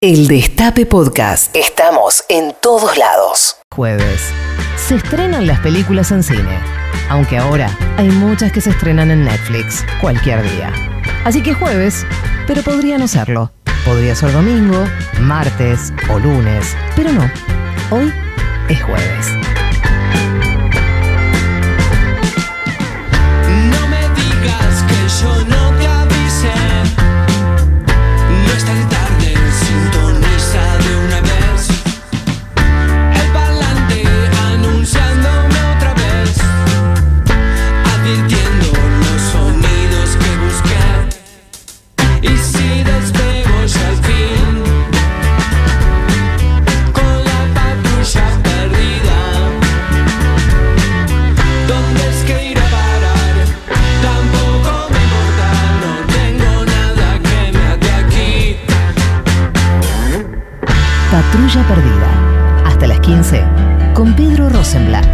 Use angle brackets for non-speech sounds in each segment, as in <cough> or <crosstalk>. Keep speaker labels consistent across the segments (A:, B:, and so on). A: El Destape Podcast. Estamos en todos lados.
B: Jueves. Se estrenan las películas en cine. Aunque ahora hay muchas que se estrenan en Netflix cualquier día. Así que jueves, pero podría no serlo. Podría ser domingo, martes o lunes, pero no. Hoy es jueves.
C: No me digas que yo no te avise. No es tan tarde, sintoniza de una vez. El parlante anunciándome otra vez. Advirtiendo los sonidos que busqué. Y si despego ya al fin. Con la patrulla perdida. ¿Dónde es que iré a parar? Tampoco me importa, no tengo nada que me ate aquí.
B: Patrulla Perdida. Hasta las 15 con Pedro Rosenblatt.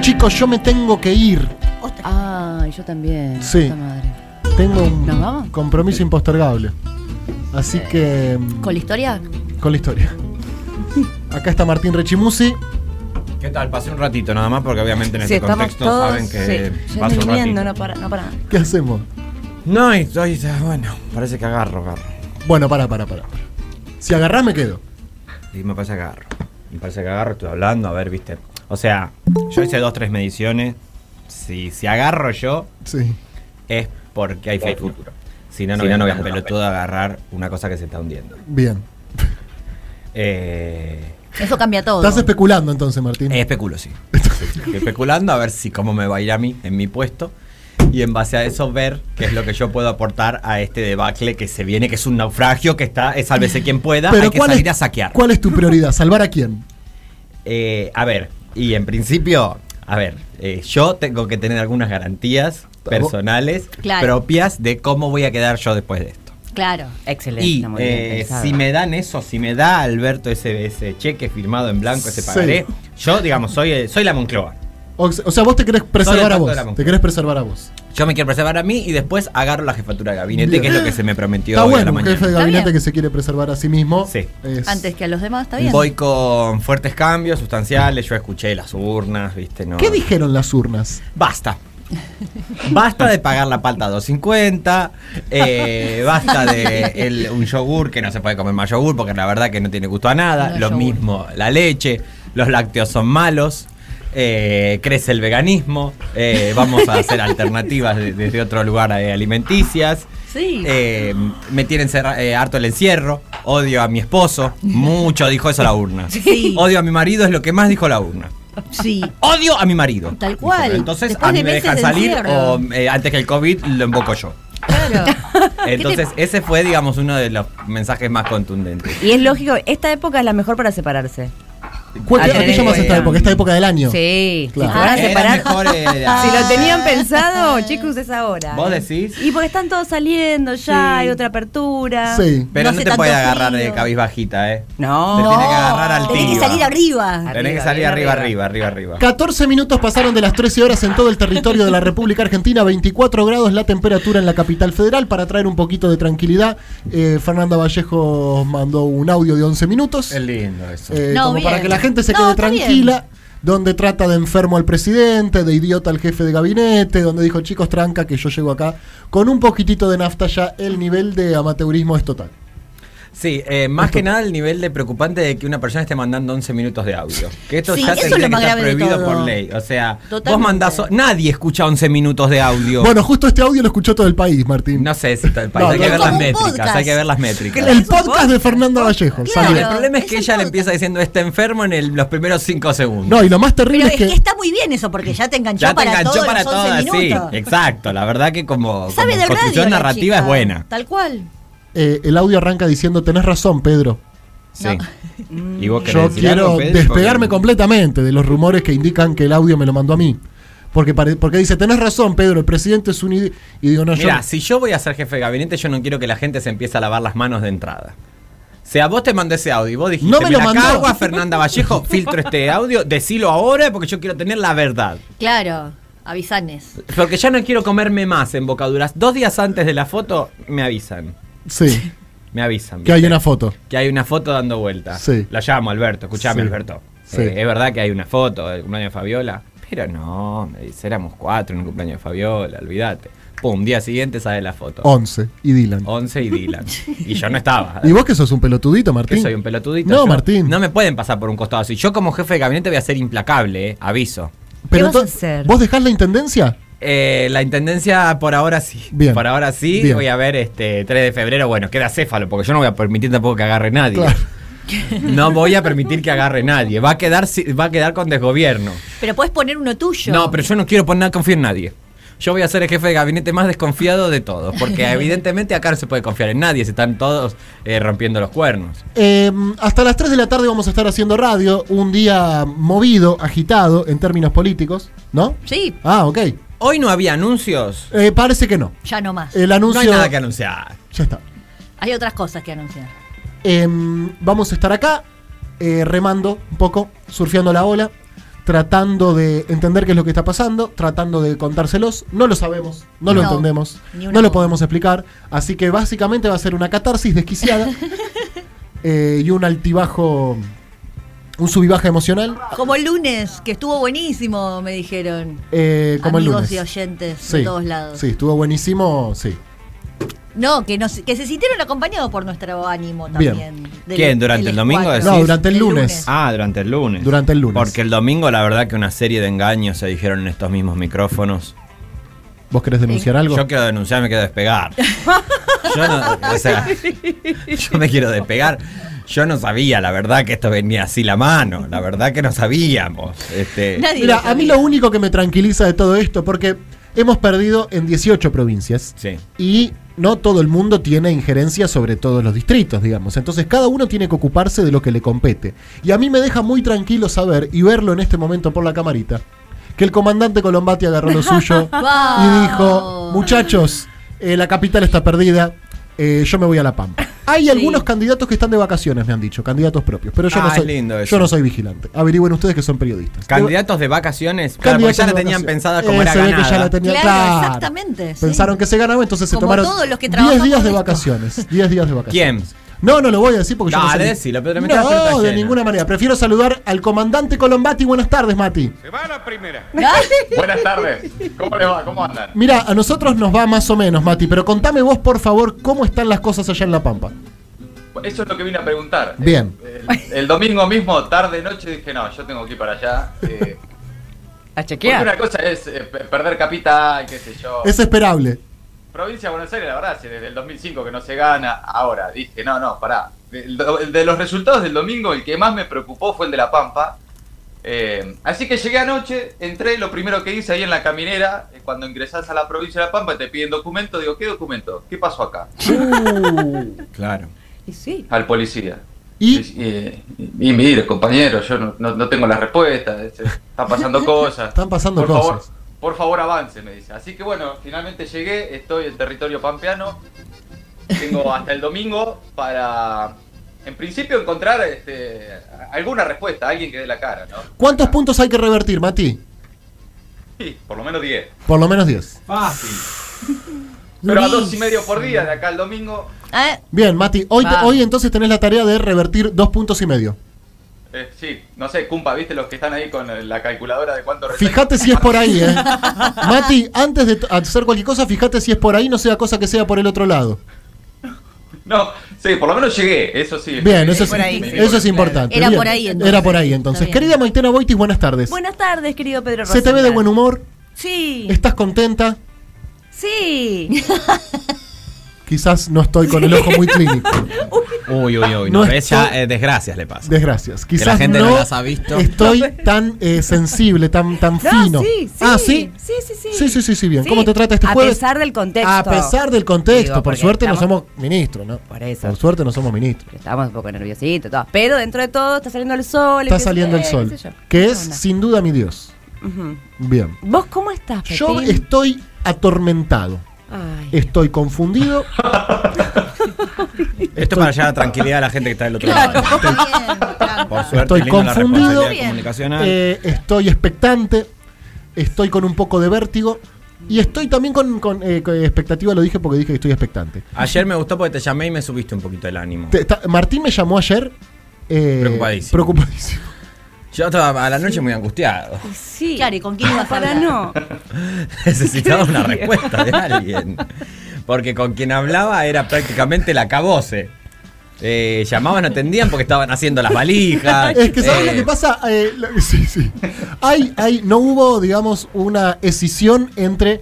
D: Chicos, yo me tengo que ir.
E: Ah, yo también.
D: Sí.
E: puta madre.
D: Tengo un
E: ¿Nos vamos?
D: compromiso impostergable. Así que. mm,
E: ¿Con la historia?
D: Con la historia. Acá está Martín Rechimusi.
F: ¿Qué tal? Pasé un ratito nada más porque obviamente en
G: Sí,
F: este
G: estamos
F: contexto
G: todos,
F: saben que
G: sí,
F: pasa un
G: durmiendo,
F: ratito.
G: no para, no para.
D: ¿Qué hacemos?
F: No, y estoy, bueno, parece que agarro, agarro.
D: Bueno, para, para, para. Si agarrás, me quedo.
F: Y me parece que agarro. Me parece que agarro, estoy hablando, a ver, viste. O sea, yo hice dos, tres mediciones. Si, si agarro yo,
D: Sí.
F: es porque hay fe futuro. Si no, no, voy a pelotudo a agarrar una cosa que se está hundiendo.
D: Bien.
F: Eh,
E: Eso cambia todo.
D: Estás especulando entonces, Martín.
F: especulo, sí. Estoy especulando a ver si cómo me va a ir a mí en mi puesto. Y en base a eso ver qué es lo que yo puedo aportar a este debacle que se viene, que es un naufragio, que está, es sálvese quien pueda, hay que
D: ¿cuál
F: salir
D: es,
F: a saquear.
D: ¿Cuál es tu prioridad? ¿Salvar a quién?
F: Eh, a ver, y en principio, a ver, eh, yo tengo que tener algunas garantías
D: Oh.
F: personales
E: Claro.
F: propias de cómo voy a quedar yo después de esto.
E: Claro.
G: Excelente,
F: Y
G: muy bien
F: eh,
G: pensado.
F: si me dan eso, si me da Alberto ese, ese cheque firmado en blanco, ese
D: Sí.
F: pagaré, yo, digamos, soy, el- soy la Moncloa.
D: O, o sea, vos te querés preservar a
F: pacto
D: vos.
F: de la mujer.
D: Te querés preservar a vos.
F: Yo me quiero preservar a mí y después agarro la jefatura de gabinete,
D: Bien.
F: que es lo que se me prometió
D: Está
F: hoy a
D: bueno
F: la
D: un jefe de
F: mañana.
E: Está
D: gabinete
E: bien.
D: que se quiere preservar a sí mismo.
F: Sí.
D: Es-
E: Antes que a los demás, está bien.
F: Voy con fuertes cambios sustanciales, yo escuché las urnas, viste, no.
D: ¿Qué dijeron las urnas?
F: Basta. Basta de pagar la palta 250, eh, basta de el- un yogur, que no se puede comer más yogur porque la verdad que no tiene gusto a nada,
E: No es
F: lo
E: yogur.
F: mismo la leche, los lácteos son malos, eh, crece el veganismo, eh, vamos a hacer alternativas de- desde otro lugar eh, alimenticias.
E: Sí.
F: Eh, me tienen cerra- eh, harto el encierro. Odio a mi esposo. Mucho dijo eso la urna.
E: Sí.
F: Odio a mi marido es lo que más dijo la urna.
E: Sí.
F: Odio a mi marido.
E: Tal cual.
F: Entonces
E: Después
F: a mí
E: de
F: me
E: meses
F: dejan
E: de
F: salir
E: encierro.
F: o eh, antes que el COVID lo invoco
E: <laughs>
F: yo. <laughs>
E: Claro.
F: Entonces ese fue, digamos, uno de los mensajes más contundentes.
G: Y es lógico, esta época es la mejor para separarse.
D: ¿Cuál-
G: Ah,
D: ¿A qué
G: tenés
D: llamas
G: que-
D: esta época? Esta época del año.
G: Sí.
D: Claro.
G: Si te van a
F: Era
G: separar.
F: mejor,
E: <laughs>
F: era-
G: Si lo tenían pensado, chicos, es ahora.
F: ¿Vos decís?
G: Y porque están todos saliendo ya, hay otra apertura.
D: Sí.
F: Pero
E: No
F: no,
E: hace
F: te puede
E: tanto
F: agarrar de
E: frío.
F: cabizbajita, ¿eh?
G: No.
F: Te tiene que agarrar al tiro.
E: Tenés que salir arriba.
F: Tenés que
G: Arriba,
F: salir
G: bien
F: arriba, arriba,
G: arriba.
F: arriba, arriba.
D: 14 minutos pasaron de las 13 horas en todo el territorio de la República Argentina, 24 grados la temperatura en la capital federal. Para traer un poquito de tranquilidad, eh, Fernanda Vallejo mandó un audio de 11 minutos,
F: Es lindo eso.
D: eh,
E: No,
D: como
E: bien.
D: para que la gente se
E: No,
D: quede
E: está bien.
D: tranquila, donde trata de enfermo al presidente, de idiota al jefe de gabinete, donde dijo, chicos, tranca, que yo llego acá. Con un poquitito de nafta ya el nivel de amateurismo es total.
F: Sí, eh, más que nada el nivel de preocupante de que una persona esté mandando 11 minutos de audio. Que esto
E: Sí,
F: ya
E: eso es
F: tendría
E: lo
F: que
E: más
F: estar
E: grave de
F: prohibido
E: todo.
F: por ley. O sea, vos
E: Totalmente.
F: mandás. o- Nadie escucha 11 minutos de audio.
D: Bueno, justo este audio lo escuchó todo el país, Martín.
F: no sé si está el país.
D: No,
F: hay que
D: es
F: ver
D: como
F: las
E: un
F: métricas.
E: podcast.
F: Hay que ver las métricas.
D: el podcast de Fernanda Vallejo.
E: Claro.
D: salió.
F: el problema es
E: es
F: que
E: el
F: ella le
E: podcast.
F: empieza diciendo está enfermo en el- los primeros 5 segundos.
D: No, y lo más terrible
E: Pero es que
D: es que
E: está muy bien eso, porque ya te enganchó
F: ya te
E: para
F: enganchó
E: todos
F: para
E: los 11
F: todas, sí.
E: minutos.
F: Exacto, la verdad que como,
E: Sabe
F: como
E: de radio.
F: construcción
E: la
F: narrativa
E: chica.
F: es buena.
E: Tal cual.
D: Eh, el audio arranca diciendo, tenés razón, Pedro.
F: Sí. ¿Y vos querés
D: Yo
F: decir
D: quiero
F: algo, Pedro?
D: despegarme
F: Porque-
D: completamente de los rumores que indican que el audio me lo mandó a mí. Porque, pare- porque dice, tenés razón, Pedro, el presidente es un... idi-". Y digo, no, yo...
F: Mira, si yo voy a ser jefe de gabinete, yo no quiero que la gente se empiece a lavar las manos de entrada. O sea, vos te mandé ese audio y vos dijiste,
D: No me lo
F: la
D: mandó".
F: cargo a Fernanda Vallejo, filtro este audio, decilo ahora porque yo quiero tener la verdad.
E: Claro. Avisanes.
F: Porque ya no quiero comerme más en bocaduras. Dos días antes de la foto me avisan. <laughs>
D: Sí,
F: Me avisan.
D: que hay una foto.
F: que hay una foto dando vuelta.
D: Sí.
F: La llamo, Alberto. Escuchame,
D: Sí.
F: Alberto.
D: Sí.
F: Eh, es verdad que hay una foto del cumpleaños de Fabiola. Pero no, me dice, éramos cuatro en el cumpleaños de Fabiola, olvídate. Pum, día siguiente sale la foto.
D: 11 y Dylan.
F: 11 y Dylan. Y yo no estaba.
D: <laughs> ¿Y vos que sos un pelotudito,
F: Que
D: Martín?
F: soy un pelotudito.
D: No,
F: yo-
D: Martín.
F: No me pueden pasar por un costado así. Yo como jefe de gabinete voy a ser implacable, eh, aviso.
D: Pero
H: ¿Qué vas a
D: ento-
H: hacer?
D: ¿Vos dejás la intendencia?
F: Eh, la intendencia por ahora sí.
D: Bien.
F: Por ahora sí.
D: Bien.
F: Voy a ver este 3 de febrero. Bueno, queda céfalo, porque yo no voy a permitir tampoco que agarre nadie.
D: Claro.
F: No voy a permitir que agarre nadie. Va a quedar, si- va a quedar con desgobierno.
E: Pero puedes poner uno tuyo.
F: No, pero yo no quiero poner confío en nadie. Yo voy a ser el jefe de gabinete más desconfiado de todos, porque evidentemente acá no se puede confiar en nadie, se están todos eh, rompiendo los cuernos.
D: Eh, hasta las 3 de la tarde vamos a estar haciendo radio. Un día movido, agitado en términos políticos, ¿no?
E: Sí,
D: Ah, ok.
F: Hoy no había anuncios.
D: Eh, parece que no.
E: ya no más.
D: El
F: No
D: anuncio.
F: hay nada que anunciar.
D: Ya está.
E: Hay otras cosas que anunciar.
D: Em, vamos a estar acá eh, remando un poco, surfeando la ola, tratando de entender qué es lo que está pasando, tratando de contárselos. No lo sabemos, no lo
E: No,
D: entendemos,
E: ni una
D: no lo
E: gota.
D: podemos explicar. Así que básicamente va a ser una catarsis
E: <laughs>
D: desquiciada eh, y un altibajo, un subibaje emocional,
E: Como el lunes, que estuvo buenísimo, me dijeron.
D: eh, como
E: Amigos
D: el
E: y
D: lunes.
E: oyentes
D: Sí,
E: de todos lados.
D: sí, estuvo buenísimo, sí.
E: No, que, nos, que se sintieron acompañados por nuestro ánimo también. del-
F: ¿Quién, durante
E: del
F: el domingo
E: escuadro.
F: decís?
D: No, durante el
E: Del
D: lunes.
F: Ah, durante el lunes.
D: Durante el lunes.
F: Porque el domingo la verdad que una serie de engaños se dijeron en estos mismos micrófonos.
D: ¿Vos querés denunciar algo?
F: Yo quiero denunciar, me quiero
D: <laughs>
F: despegar. Yo no, o sea, yo me quiero despegar. Yo no sabía, la verdad, que esto venía así la mano. La verdad que no sabíamos. Este,
E: <laughs> Nadie
D: Ah, Mira,
E: lo
D: a mí
E: sabía.
D: lo único que me tranquiliza de todo esto, porque hemos perdido en 18 provincias.
F: sí.
D: y no todo el mundo tiene injerencia sobre todos los distritos, digamos. Entonces cada uno tiene que ocuparse de lo que le compete. Y a mí me deja muy tranquilo saber y verlo en este momento por la camarita, que el comandante Colombati agarró lo suyo y dijo, muchachos, eh, la capital está perdida. eh, yo me voy a La Pampa. Hay algunos candidatos que están de vacaciones, me han dicho, candidatos propios, pero yo,
F: Ah,
D: no,
F: es
D: soy,
F: lindo eso.
D: yo no soy vigilante. Averigüen ustedes que son periodistas.
F: Candidatos de vacaciones. Claro, porque ya la
D: Candidatos de
F: tenían
D: vacaciones.
F: pensada
D: Eh,
F: como era
D: se ve que ya
F: ganada.
D: la tenían-
E: Claro,
D: claro.
E: exactamente. sí.
D: Pensaron que se ganaba, entonces se
E: Como
D: tomaron
E: todos los que
D: 10
E: trabajan
D: días de
E: con esto.
D: vacaciones. 10 días de vacaciones.
F: ¿Quién?
D: No, no lo voy a decir porque yo no
F: Dale,
D: sé.
F: decilo, pero metí la pelota
D: No, de
F: llena.
D: ninguna manera. Prefiero saludar al comandante Colombati. Buenas tardes, Mati.
I: Se va la primera.
E: Ah,
I: Buenas tardes. ¿Cómo les va? ¿Cómo andan?
D: Mira, a nosotros nos va más o menos, Mati, pero contame vos, por favor, cómo están las cosas allá en La Pampa.
I: Eso es lo que vine a preguntar.
D: Bien.
I: El, el domingo mismo, tarde, noche, dije, no, yo tengo que ir para allá.
D: <laughs>
I: eh,
H: A
I: porque
H: chequear.
I: una cosa es eh, pe- perder capital, qué sé yo.
D: Es esperable.
I: Provincia de Buenos Aires, la verdad, si desde el 2005 que no se gana. Ahora, dije, no, no, pará. El do- el de los resultados del domingo, el que más me preocupó fue el de La Pampa. Eh, así que llegué anoche, entré, lo primero que hice ahí en la caminera, eh, cuando ingresás a la provincia de La Pampa te piden documento, digo, ¿qué documento? ¿Qué pasó acá?
F: Uh. Claro.
G: Y sí.
I: Al policía.
D: Y,
I: Y, y- y mire, compañero, yo no, no- no tengo las respuestas. este,
D: <laughs>
I: Están pasando cosas.
D: Están pasando
I: por
D: cosas.
I: Favor, por favor, avance, me dice. Así que bueno, finalmente llegué, estoy en territorio pampeano. Tengo hasta el domingo para, en principio, encontrar este, alguna respuesta, alguien que dé la cara, ¿no?
D: ¿cuántos puntos hay que revertir, Mati?
I: Sí, por lo menos 10.
D: Por lo menos 10.
F: Fácil.
I: Pero a dos y medio por día, de acá al domingo,
E: ah,
D: Bien, Mati, hoy, te-
H: Va.
D: hoy entonces tenés la tarea de revertir dos puntos y medio.
I: eh, sí, no sé, cumpa, ¿viste los que están ahí con eh, la calculadora de cuánto resta?
D: Fíjate si es por ahí, ¿eh? Mati, antes de t- hacer cualquier cosa, fíjate si es por ahí, no sea cosa que sea por el otro lado.
I: No, sí, por lo menos llegué, eso sí.
D: Bien, eso es,
H: por ahí, sí.
D: eso es importante.
E: Era
D: Bien.
E: por ahí, entonces.
D: Era por ahí entonces.
E: Está bien.
D: Querida Maitena Boitis, buenas tardes.
G: Buenas tardes, querido Pedro
D: Se te ve de
G: Rosenblatt.
D: buen humor,
G: Sí.
D: estás contenta,
E: <laughs>
G: Sí.
D: quizás no estoy con el ojo muy clínico.
F: Uy, uy, uy.
D: No
F: No, ves, ya,
D: estoy-
F: eh, desgracias le pasa.
D: Desgracias. Quizás
F: gente
D: no,
F: no las ha visto.
D: estoy tan eh, sensible, tan, tan
G: No,
D: fino.
G: sí, sí.
D: Ah, ¿sí?
G: Sí, sí, sí.
D: Sí, sí, sí, sí, bien. ¿Cómo te trata este
H: a
D: jueves?
H: pesar del contexto.
D: A pesar del contexto,
H: Digo,
D: por
H: porque
D: suerte no
H: estamos-
D: somos ministros, ¿no?
H: Por eso.
D: Por suerte no somos ministros.
H: Estábamos un poco nerviositos, todo. pero dentro de todo está saliendo el sol.
D: Está
H: empieza-
D: saliendo el
H: eh,
D: sol,
H: qué sé yo.
D: que
H: Qué
D: es
H: onda.
D: sin duda mi Dios.
H: Ujú.
D: Bien.
H: ¿Vos cómo estás, Petín?
D: Yo estoy atormentado,
H: Ay,
D: estoy confundido
F: Esto para llevar la tranquilidad a la gente que está del otro lado.
E: está bien, tranca.
F: Por suerte,
D: Estoy
F: linda la
D: confundido.
F: responsabilidad comunicacional.
D: Eh, estoy expectante. estoy con un poco de vértigo y estoy también con, con, eh, con expectativa, lo dije porque dije que estoy expectante.
F: Ayer me gustó porque te llamé y me subiste un poquito el ánimo.
D: Te- ta- Martín me llamó ayer. eh,
F: Preocupadísimo.
D: preocupadísimo.
F: Yo estaba a la noche muy angustiado.
H: Sí.
E: Claro, ¿y con
D: Ah,
E: quién ibas a
H: Para
E: hablar?
H: no.
F: <laughs> Necesitaba una respuesta de alguien. Porque con quien hablaba era prácticamente la cabose. Eh, llamaban, no atendían porque estaban haciendo las valijas.
D: Es que ¿sabes
F: Eh,
D: lo que pasa? Eh, lo- <laughs> sí, sí. Hay, hay, no hubo, digamos, una escisión entre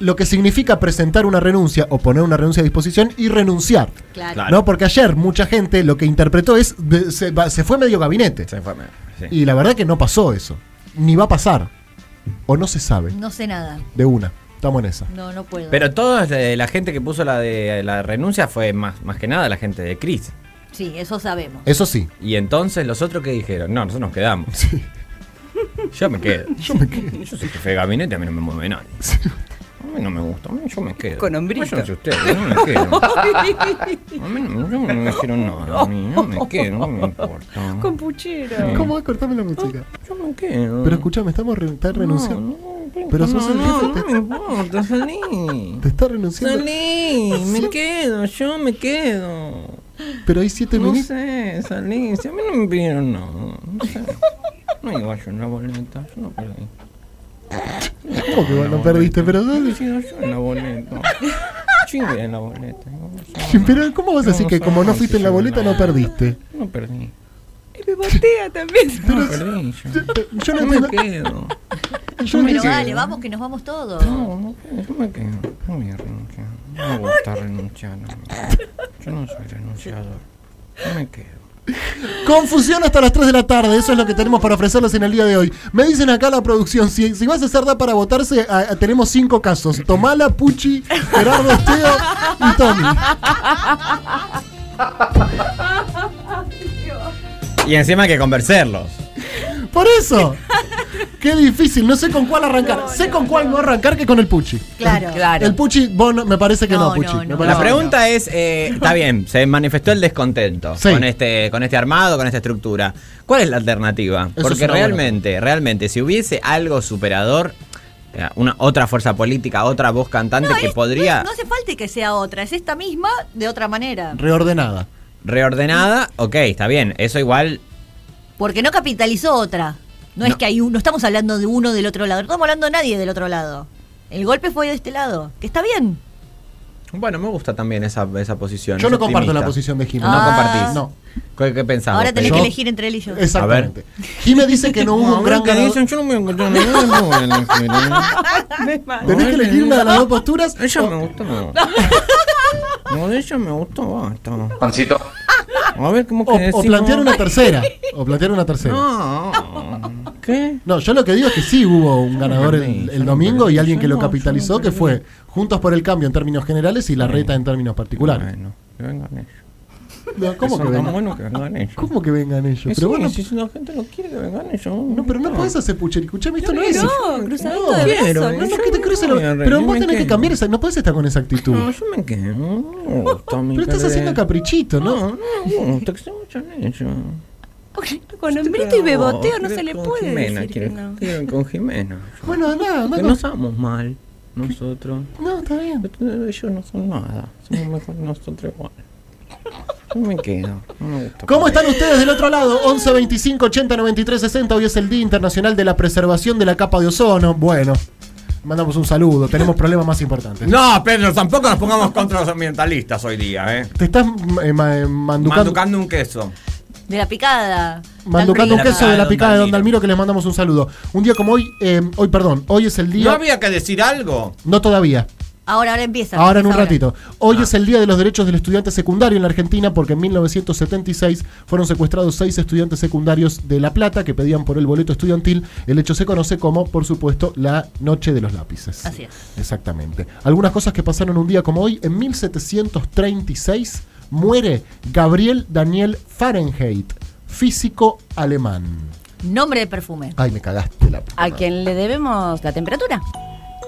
D: lo que significa presentar una renuncia o poner una renuncia a disposición y renunciar.
E: Claro.
F: Claro.
D: ¿No? Porque ayer mucha gente lo que interpretó es de- se, va- se fue medio gabinete.
F: se fue, me- sí.
D: Y la verdad que no pasó eso. Ni va a pasar. O no se sabe.
E: No sé nada.
D: De una. Estamos en esa.
E: No, no puedo.
F: Pero toda la gente que puso la de la renuncia fue más, más que nada la gente de Chris.
E: sí, eso sabemos.
D: Eso sí. <laughs>
F: Y entonces los otros que dijeron, no, nosotros nos quedamos.
D: Sí.
F: Yo
D: <laughs>
F: me quedo. Yo me quedo. Yo soy jefe de gabinete, a mí no me mueve nadie. A mí no me gusta, a mí yo me quedo.
H: Con hombrito.
F: Yo no sé ustedes, yo no me
H: <laughs>
F: quedo. A mí no, yo no me dijeron nada, a mí no me quedo, no me importa.
H: Con puchero.
D: ¿Cómo es? Cortame la música.
F: Yo me quedo.
D: Pero escúchame, estamos re- está renunciando. Pero
F: Pero
D: sos
F: no,
D: el
F: no,
D: jefe,
F: no me importa, salí.
D: Te está renunciando.
F: Salí,
D: Sí.
F: me quedo, yo me quedo.
D: Pero hay siete
F: No
D: minutos.
F: sé, salí. Si a mí no me pidieron nada. No, sé. no iba yo en la boleta, yo no perdí.
D: ¿Cómo que vos no perdiste? Pero,
F: He sido yo en la boleta. Chingue en la boleta. No,
D: pero ¿cómo vas a decir
F: No,
D: que
F: no
D: como no
F: sabemos
D: fuiste
F: si
D: en la
F: yo
D: boleta
F: no.
D: no perdiste?
F: no perdí.
H: Y me batea también.
F: No perdí yo.
D: Yo no
F: Yo me
D: entiendo.
F: quedo.
D: Yo no
E: Pero
D: entiendo.
E: vale, vamos que nos vamos todos.
F: No, no quedo, yo me quedo. No voy a renunciar. No me gusta renunciar. no. Yo no soy renunciador. Yo me quedo.
D: Confusión hasta las 3 de la tarde, eso es lo que tenemos para ofrecerles en el día de hoy. Me dicen acá la producción, si, si vas a hacer da para votarse, a- a- tenemos cinco casos. Tomala, Pucci, Gerardo Esteo y Tommy.
F: Y encima hay que convencerlos.
D: Por eso. Qué difícil, no sé con cuál arrancar. sé con cuál no arrancar que con el Pucci.
E: Claro.
H: Claro.
D: El Pucci, vos no- me parece que no,
E: No, no,
D: Pucci.
E: no,
D: me
E: no.
D: parece-
F: La pregunta es, eh, está bien, se manifestó el descontento
D: Sí.
F: con este con este armado, con esta estructura. ¿Cuál es la alternativa?
D: Eso es
F: Porque
D: una buena.
F: realmente, realmente, si hubiese algo superador, eh, una otra fuerza política, otra voz cantante que
E: es-
F: podría
E: No, no hace falta que sea otra, es esta misma de otra manera.
D: Reordenada.
F: reordenada, ok, está bien, eso igual
E: Porque no capitalizó otra. No, es
F: No.
E: que hay uno, no estamos hablando de uno del otro lado, no estamos hablando de nadie del otro lado. El golpe fue de este lado, que está bien.
F: bueno, me gusta también esa, esa posición.
D: Yo
F: es
D: no comparto
F: optimista.
D: la posición de Jimmy.
F: No
E: Ah.
F: compartís.
D: No.
F: ¿Qué, qué pensás?
E: Ahora
F: vos,
E: tenés
F: Pedro?
E: que
D: yo-
E: elegir entre él y yo.
D: Exactamente. Jime dice que no hubo un gran ganador.
F: yo no me encuentro en el ¿eh?
E: <laughs>
H: Me mata.
D: Tenés que elegir una de las dos posturas.
F: Ella me
D: <laughs>
F: gustó. No, de ella me gustó, basta.
I: Pancito.
F: A ver, ¿cómo que
D: O, o
F: decimos?
D: plantear una tercera. O plantear una tercera.
F: No. ¿Qué?
D: No, yo lo que digo es que sí hubo un ganador el, el domingo y alguien que lo capitalizó, que fue Juntos por el Cambio en términos generales y la reta en términos particulares.
F: Bueno, que vengan ellos.
D: No, ¿Cómo
F: Son
D: que
F: tan
D: vengan?
F: buenos que vengan ellos.
D: ¿Cómo que vengan ellos?
F: Eh,
D: Pero
F: sí,
D: bueno,
F: si la gente lo quiere, que vengan ellos.
D: no, pero no podés hacer pucheri. Escuchame, esto no es.
H: No, cruzadito
F: No,
H: de
F: quiero,
H: brazos.
D: No,
H: ¿no?
D: no, que te cruce la-
F: Yo me voy a
D: Pero
F: reír,
D: vos
F: me
D: tenés que
F: quedo.
D: cambiar esa. No podés estar con esa actitud.
F: No, yo me quedo. No me gusta mi
D: Pero estás
F: cara de-
D: haciendo caprichito, ¿no?
F: No, no me gusta que se vayan ellos.
H: Con hombrito y beboteo no
F: Quiero
H: se le
F: con
H: puede
F: Jimena,
H: decir que
F: quiero-
H: no.
F: quiero con Jimena.
D: Bueno, anda, anda.
F: Que
D: con-
F: no estamos mal, nosotros.
D: No, está bien.
F: Pero Ellos no son nada. Somos mejor nosotros igual. Yo me quedo. No me gusta.
D: ¿Cómo están ustedes del otro lado? 11 25 80 93 60. Hoy es el Día Internacional de la Preservación de la Capa de Ozono. Bueno, mandamos un saludo. Tenemos problemas más importantes.
F: No, Pedro, tampoco nos pongamos contra los ambientalistas hoy día, ¿eh?
D: Te estás eh, ma- eh, manducando,
F: Manducando un queso.
E: De la picada.
D: manducando un
E: Tan rica.
D: queso de la picada de Don
F: Dalmiro.
D: Dalmiro que les mandamos un saludo. Un día como hoy, eh, hoy perdón, hoy es el
F: ¿No
D: día...
F: había que decir algo?
D: No todavía.
E: Ahora, ahora empieza.
D: Ahora en un
E: empieza
D: ratito. Hoy
I: Ah.
D: es el Día de los Derechos del Estudiante Secundario en la Argentina porque en 1976 fueron secuestrados seis estudiantes secundarios de La Plata que pedían por el boleto estudiantil. El hecho se conoce como, por supuesto, la Noche de los Lápices.
E: Así es.
D: Exactamente. Algunas cosas que pasaron un día como hoy. En 1736 muere Gabriel Daniel Fahrenheit, físico alemán.
E: Nombre de perfume.
D: Ay, me cagaste la puta
H: ¿A
D: madre.
H: quién le debemos la temperatura?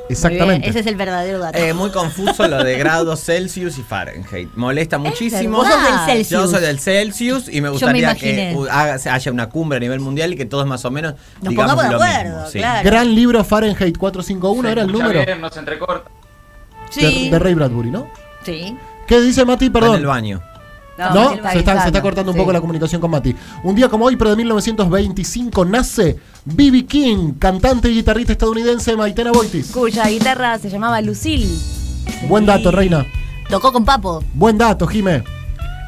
D: Exactamente.
E: Ese es el verdadero dato.
F: Eh, muy confuso lo de grados Celsius y Fahrenheit. Molesta muchísimo.
E: Vos sos del
F: Yo
E: Celsius.
F: soy del Celsius y me gustaría que
E: imaginé.
F: uh, haga- se haya una cumbre a nivel mundial y que todos más o menos
E: Nos
F: digamos
E: pongamos de
F: lo
E: acuerdo,
F: mismo, sí.
E: claro.
D: Gran libro Fahrenheit 451
I: Se
D: era el
I: escucha
D: número
I: bien, no se entrecorta.
E: Sí.
D: de, de Ray Bradbury, ¿no?
E: Sí.
D: ¿Qué dice Mati?
F: Está En el
D: Perdón.
F: baño.
D: ¿No?
H: Mati lo
D: Se está, se está
H: avisando.
D: cortando un
H: Sí.
D: poco la comunicación con Mati. Un día como hoy, pero de 1925, nace B.B. King, cantante y guitarrista estadounidense Maitena Boitis.
H: Cuya guitarra se llamaba Lucille.
D: Buen dato, Reina.
E: Tocó con Papo.
D: Buen dato, Jime.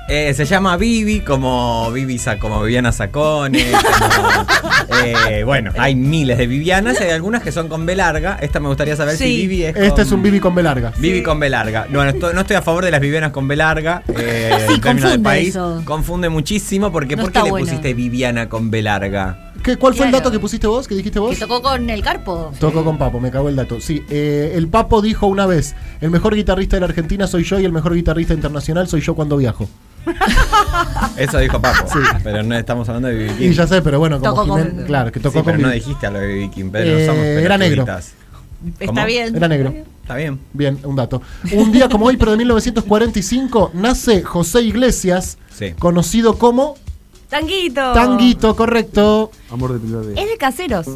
F: Eh, se llama Vivi, como Vivi Sa- como Viviana Sacone.
D: <laughs>
F: como, eh, bueno, hay miles de Vivianas y hay algunas que son con B larga. Esta me gustaría saber si
G: Sí.
F: Vivi es.
D: Este
F: con-
D: es un Bibi con B larga.
F: Vivi con B larga. No, no estoy, no estoy a favor de las Vivianas con B larga. eh,
E: <laughs> Sí,
F: en términos del
E: confunde
F: país.
E: eso.
F: Confunde muchísimo porque
E: No
F: ¿por qué
E: está
F: le
E: bueno.
F: pusiste Viviana con B larga?
D: ¿Qué- ¿Cuál fue el
E: Claro.
D: dato que pusiste vos? ¿Qué dijiste vos?
E: Que tocó con el Carpo.
D: Tocó con Papo, me cago el dato. Sí, eh, el Papo dijo una vez, el mejor guitarrista de la Argentina soy yo y el mejor guitarrista internacional soy yo cuando viajo.
F: Eso dijo Papo. Pero no estamos hablando de Vivi King.
D: Y ya sé, pero bueno, como
E: Tocó con-
D: Jimena- claro, que
F: Sí,
D: tocó
F: pero
D: con
F: no
D: Bibi.
F: dijiste a lo de Bibi King, Pedro.
D: Eh,
F: somos
D: era negro.
F: pelotuditas.
E: Está
F: ¿Cómo?
E: bien.
D: Era negro.
F: Está bien.
D: Bien, un dato. Un día como hoy, pero de 1945, nace José Iglesias,
F: Sí.
D: conocido como
G: Tanguito.
D: Tanguito, correcto.
J: Amor de primer día.
H: Es de caseros.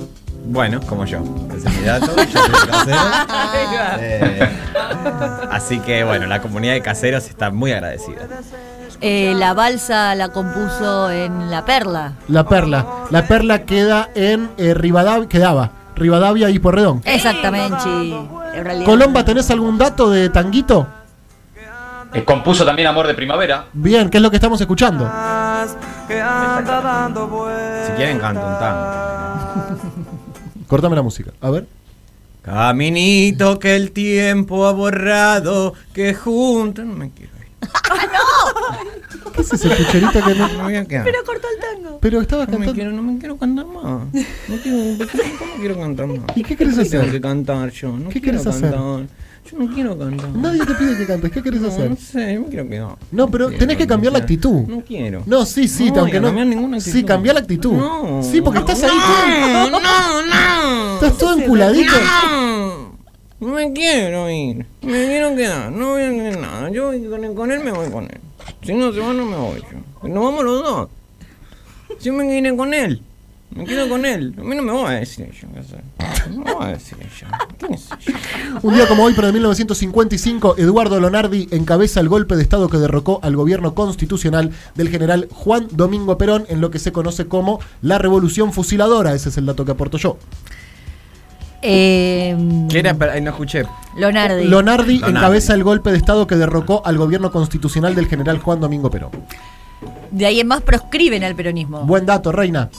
F: Bueno, como yo. Ese es mi dato. Yo soy casero. Eh, así que bueno, la comunidad de caseros está muy agradecida.
E: Eh, la balsa la compuso en La Perla.
D: La perla. La perla queda en eh, Rivadavia, quedaba. Rivadavia y Porredón.
E: Exactamente. En realidad.
D: Colomba, ¿tenés algún dato de Tanguito?
I: Eh, compuso también Amor de Primavera.
D: Bien, ¿qué es lo que estamos escuchando?
F: Si quieren, canto un tango.
D: Cortame la música. A ver.
F: Caminito que el tiempo ha borrado, que juntos. No me quiero ir.
D: ¿Qué es ese pucherito que no-
F: No me voy a quedar.
D: Pero estabas
F: No me
D: cantando.
F: quiero, no me quiero cantar más. No quiero, ¿por qué- ¿Cómo quiero cantar más?
D: ¿Y qué querés
F: ¿Por qué Tengo
D: hacer?
F: que cantar yo. No
D: ¿Qué
F: quiero
D: querés hacer?
F: cantar. Yo no quiero cantar.
D: Nadie te pide que cantes. ¿Qué querés
F: No,
D: hacer?
F: no sé, yo me quiero quedar.
D: No, pero
F: quiero,
D: tenés que cambiar la
F: no
D: actitud.
F: No quiero.
D: No, sí, sí,
F: No,
D: aunque
F: y
D: no.
F: cambiar ninguna actitud.
D: Sí, cambiar la actitud.
F: No.
D: sí, porque estás ahí.
F: No,
D: todo-
F: no, no.
D: Estás todo enculadito.
F: No. No me quiero ir. Me quiero quedar. No voy a hacer nada. Yo voy con él, con él me voy con él. Si no se va, no me voy yo. Nos vamos los dos. Yo me iré con él. Me quedo con él. A mí no me voy a decir yo qué sé. No me voy a decir yo. ¿Quién es yo?
D: Un día como hoy, pero de 1955, Eduardo Lonardi encabeza el golpe de Estado que derrocó al gobierno constitucional del general Juan Domingo Perón en lo que se conoce como la Revolución Fusiladora. Ese es el dato que aporto yo.
E: Eh,
F: no escuché.
D: Lonardi
E: Lonardi.
F: Lonardi.
D: encabeza el golpe de Estado que derrocó al gobierno constitucional del general Juan Domingo Perón.
E: de ahí en más proscriben al peronismo.
D: Buen dato, Reina.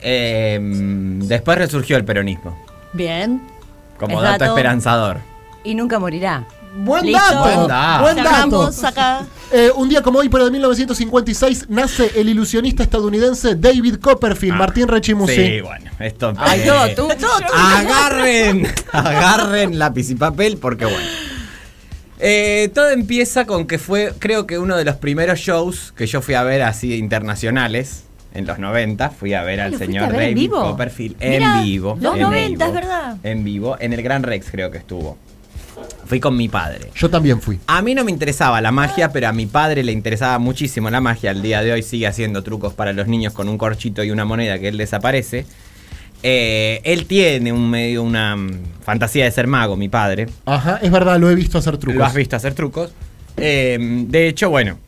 F: Em, después resurgió el peronismo.
E: Bien.
F: Como
E: Es
F: dato,
E: dato.
F: esperanzador.
H: Y nunca morirá.
D: Buen
E: Listo.
D: dato.
F: Buen dato.
D: Buen dato.
E: Cerramos acá.
D: Eh, un día como hoy, pero de 1956, nace el ilusionista estadounidense David Copperfield, Martín Rechimusi.
F: Ah, Sí, bueno, esto.
H: Ay,
F: eh,
H: todo tú. Todo
F: Agarren, agarren lápiz y papel porque bueno. Eh, todo empieza con que fue, creo que uno de los primeros shows que yo fui a ver así internacionales en los 90. Fui a ver al
H: ¿lo fuiste
F: señor
H: a ver en
F: David
H: vivo?
F: Copperfield en
E: Mirá,
F: vivo.
E: los
F: en
E: 90,
F: vivo,
E: es verdad.
F: En vivo, en el Gran Rex creo que estuvo. Fui con mi padre.
D: Yo también fui.
F: A mí no me interesaba la magia, pero a mi padre le interesaba muchísimo la magia. Al día de hoy sigue haciendo trucos para los niños con un corchito y una moneda que él desaparece. Eh, él tiene un medio, una mm, fantasía de ser mago, mi padre.
D: Ajá, es verdad, lo he visto hacer trucos.
F: Lo has visto hacer trucos. Eh, de hecho, bueno,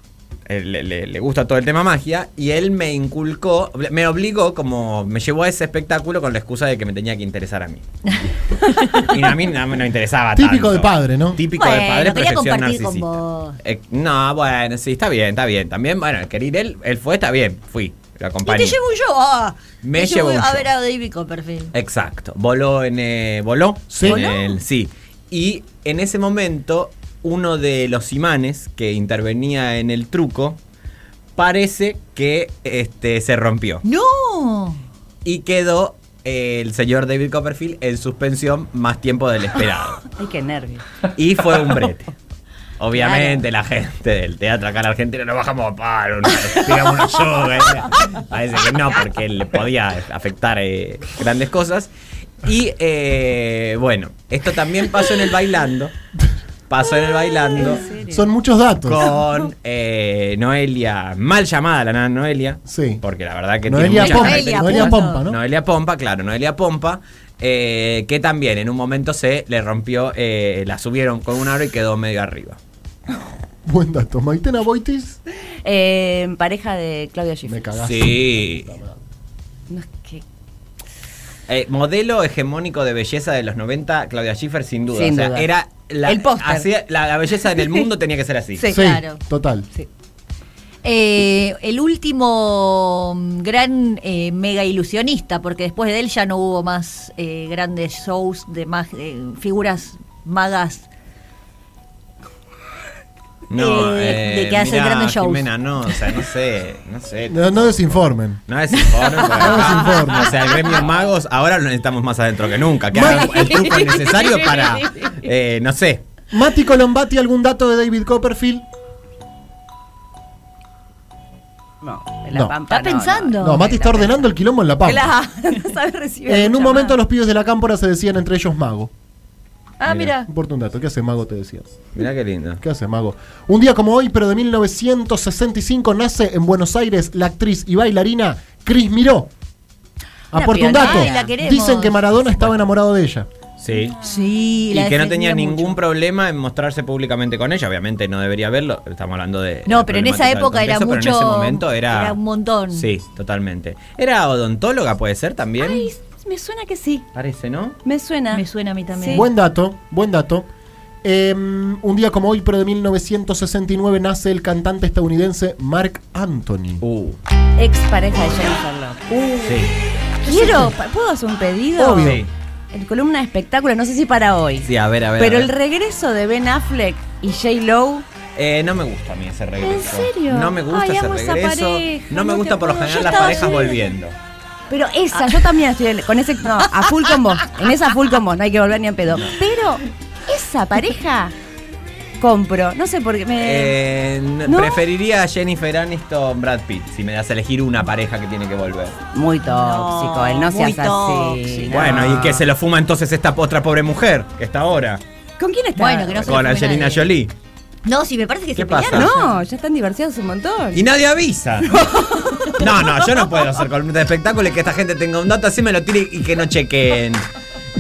F: eh, le, le- le gusta todo el tema magia y él me inculcó, me obligó, como me llevó a ese espectáculo con la excusa de que me tenía que interesar
E: <laughs>
F: a mí. y a mí no me no interesaba
D: Típico
F: tanto.
D: de padre, ¿no?
F: Típico de
E: Bueno,
F: padre,
E: quería
F: proyección
E: compartir con
F: narcisista.
E: vos.
F: Eh, no, bueno, sí, está bien, está bien. También, bueno, querer él, él fue, está bien, fui, lo
E: Y
F: acompañé.
E: te llevo yo. ah.
F: Me
E: Te
F: llevo
E: a
F: yo.
E: ver a David Copperfield.
F: Exacto. Voló en. eh, voló.
D: Sí.
F: En
D: ¿Voló?
F: el- sí. Y en ese momento, uno de los imanes que intervenía en el truco parece que este, se rompió.
E: ¡No!
F: Y quedó eh, el señor David Copperfield en suspensión más tiempo del esperado.
H: Ay, qué nervio.
F: Y fue un
D: <laughs>
F: brete. Obviamente la gente del teatro acá en Argentina no bajamos a paro, no, tiramos una soga. ¿eh? Parece que no, porque le podía afectar eh, grandes cosas. Y eh, bueno, esto también pasó en el bailando. Pasó en el bailando
D: Son muchos datos.
F: con eh, Noelia, mal llamada la nana Noelia.
D: Sí.
F: Porque la verdad que
D: Noelia
F: tiene muchas
D: Pompa,
F: características.
D: Noelia Pompa, ¿no?
F: Noelia Pompa, claro, Noelia Pompa, eh, que también en un momento se le rompió, eh, la subieron con un aro y quedó medio arriba.
D: Buen dato. Maitena Boitis,
H: Eh, en pareja de Claudia
D: me
H: Schiffer.
D: cagaste.
F: Sí.
H: No es que.
F: Eh, modelo hegemónico de belleza de los 90, Claudia Schiffer, sin duda.
H: Sin
F: o sea,
H: duda.
F: era la,
H: El póster.
F: hacía- la, la belleza en el mundo tenía que ser así.
E: Sí,
D: Sí,
E: claro.
D: total.
E: Eh, el último mm, gran eh, mega ilusionista, porque después de él ya no hubo más eh, grandes shows de más eh, figuras magas.
F: No,
E: Eh,
F: eh,
E: de que hacen
F: mirá,
E: grandes shows.
F: Jimena, no, o sea, no sé,
D: <laughs>
F: no sé.
D: No, no desinformen.
F: No es informe. porque-
D: informe.
F: O sea, el gremio magos ahora lo necesitamos más adentro que nunca. Que hagan el truco necesario para, eh, no sé,
D: Mati Colombati, ¿algún dato de David Copperfield?
H: No, en
D: No.
H: la
F: Ah,
H: pampa.
E: Está
H: no,
E: pensando.
D: No,
E: No,
D: Mati está ordenando el quilombo en la pampa.
H: Claro,
E: <laughs>
H: no sabe recibir.
D: Eh, en un
H: mucha
D: momento
H: más.
D: los pibes de la cámpora se decían entre ellos mago.
H: Ah, mira.
D: Importa un dato, ¿qué hace mago te decías?
F: Mirá qué lindo.
D: ¿Qué hace mago? Un día como hoy, pero de 1965, nace en Buenos Aires la actriz y bailarina Cris Miró.
H: Una
D: Aporta un
H: pionera.
D: dato.
E: Ay, la queremos.
D: Dicen que Maradona estaba enamorado de ella.
F: Sí.
E: Sí,
F: Y que no tenía ningún
E: problema.
F: problema en mostrarse públicamente con ella. Obviamente no debería verlo. Estamos hablando de.
E: No,
F: la
E: pero en esa
F: problemática del
E: época era
F: contexto, Pero en
E: mucho-
F: ese momento era.
E: era un montón.
F: Sí, totalmente. ¿Era odontóloga, puede ser también?
G: Ay, me suena que sí.
F: Parece, ¿no?
G: Me suena.
E: Me suena a mí también.
G: Sí.
D: Buen dato, buen dato. Eh, un día como hoy, pero de 1969, nace el cantante estadounidense Mark Anthony.
F: Uh.
H: Ex pareja de Jennifer Lopez.
F: Sí.
H: Quiero, pa- ¿puedo hacer un pedido?
D: Obvio.
F: Sí.
H: El columna de espectáculos, no sé si para hoy.
F: Sí, a ver, a ver.
H: pero
F: a
H: el
F: ver.
H: regreso de Ben Affleck y J. Lowe.
F: Eh, no me gusta a mí ese regreso.
G: ¿En serio?
F: No me gusta
G: Ay,
F: ese
G: amo esa
F: regreso.
G: pareja,
F: no me
G: no
F: gusta
G: te
F: por lo
G: puedo-
F: general
G: yo
F: las
G: estaba
F: parejas
G: así.
F: volviendo.
H: Pero
F: Ah.
H: esa, yo también estoy en- con ese. No, a full con vos. En esa full con vos, no hay que volver ni en pedo. Pero esa pareja compro. No sé por qué. Me,
F: Eh, n-
H: ¿no?
F: Preferiría a Jennifer Aniston Brad Pitt si me das a elegir una pareja que tiene que volver.
H: muy tóxico, él no
E: muy
H: seas así.
E: tóxico.
H: no.
F: Bueno, y que se lo fuma entonces esta otra pobre mujer que está ahora.
H: ¿Con quién está?
E: Bueno, que no se
F: con
E: lo fume
F: Angelina
E: nadie.
F: Jolie.
E: No, sí, me parece que
F: ¿Qué
E: se
F: pasa?
E: pelearon.
H: No, ya están divorciados un montón.
F: Y
E: <laughs>
F: nadie avisa. No, no, yo no puedo hacer columna de espectáculo y que esta gente tenga un dato así, me lo tire y que no chequen.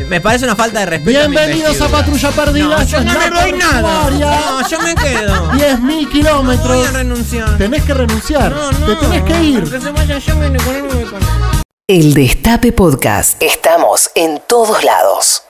F: Me parece una falta de respeto. mi
D: Bienvenidos a
F: investidura.
D: Patrulla Perdida.
F: No, yo no
D: Jornada
F: me doy nada.
D: portuaria.
F: No, yo me quedo.
D: 10.000
F: No voy a
D: kilómetros.
F: renunciar.
D: Tenés que renunciar. Te tenés que ir.
F: Que se vaya yo, me- con él no me conozco.
A: El Destape Podcast. Estamos en todos lados.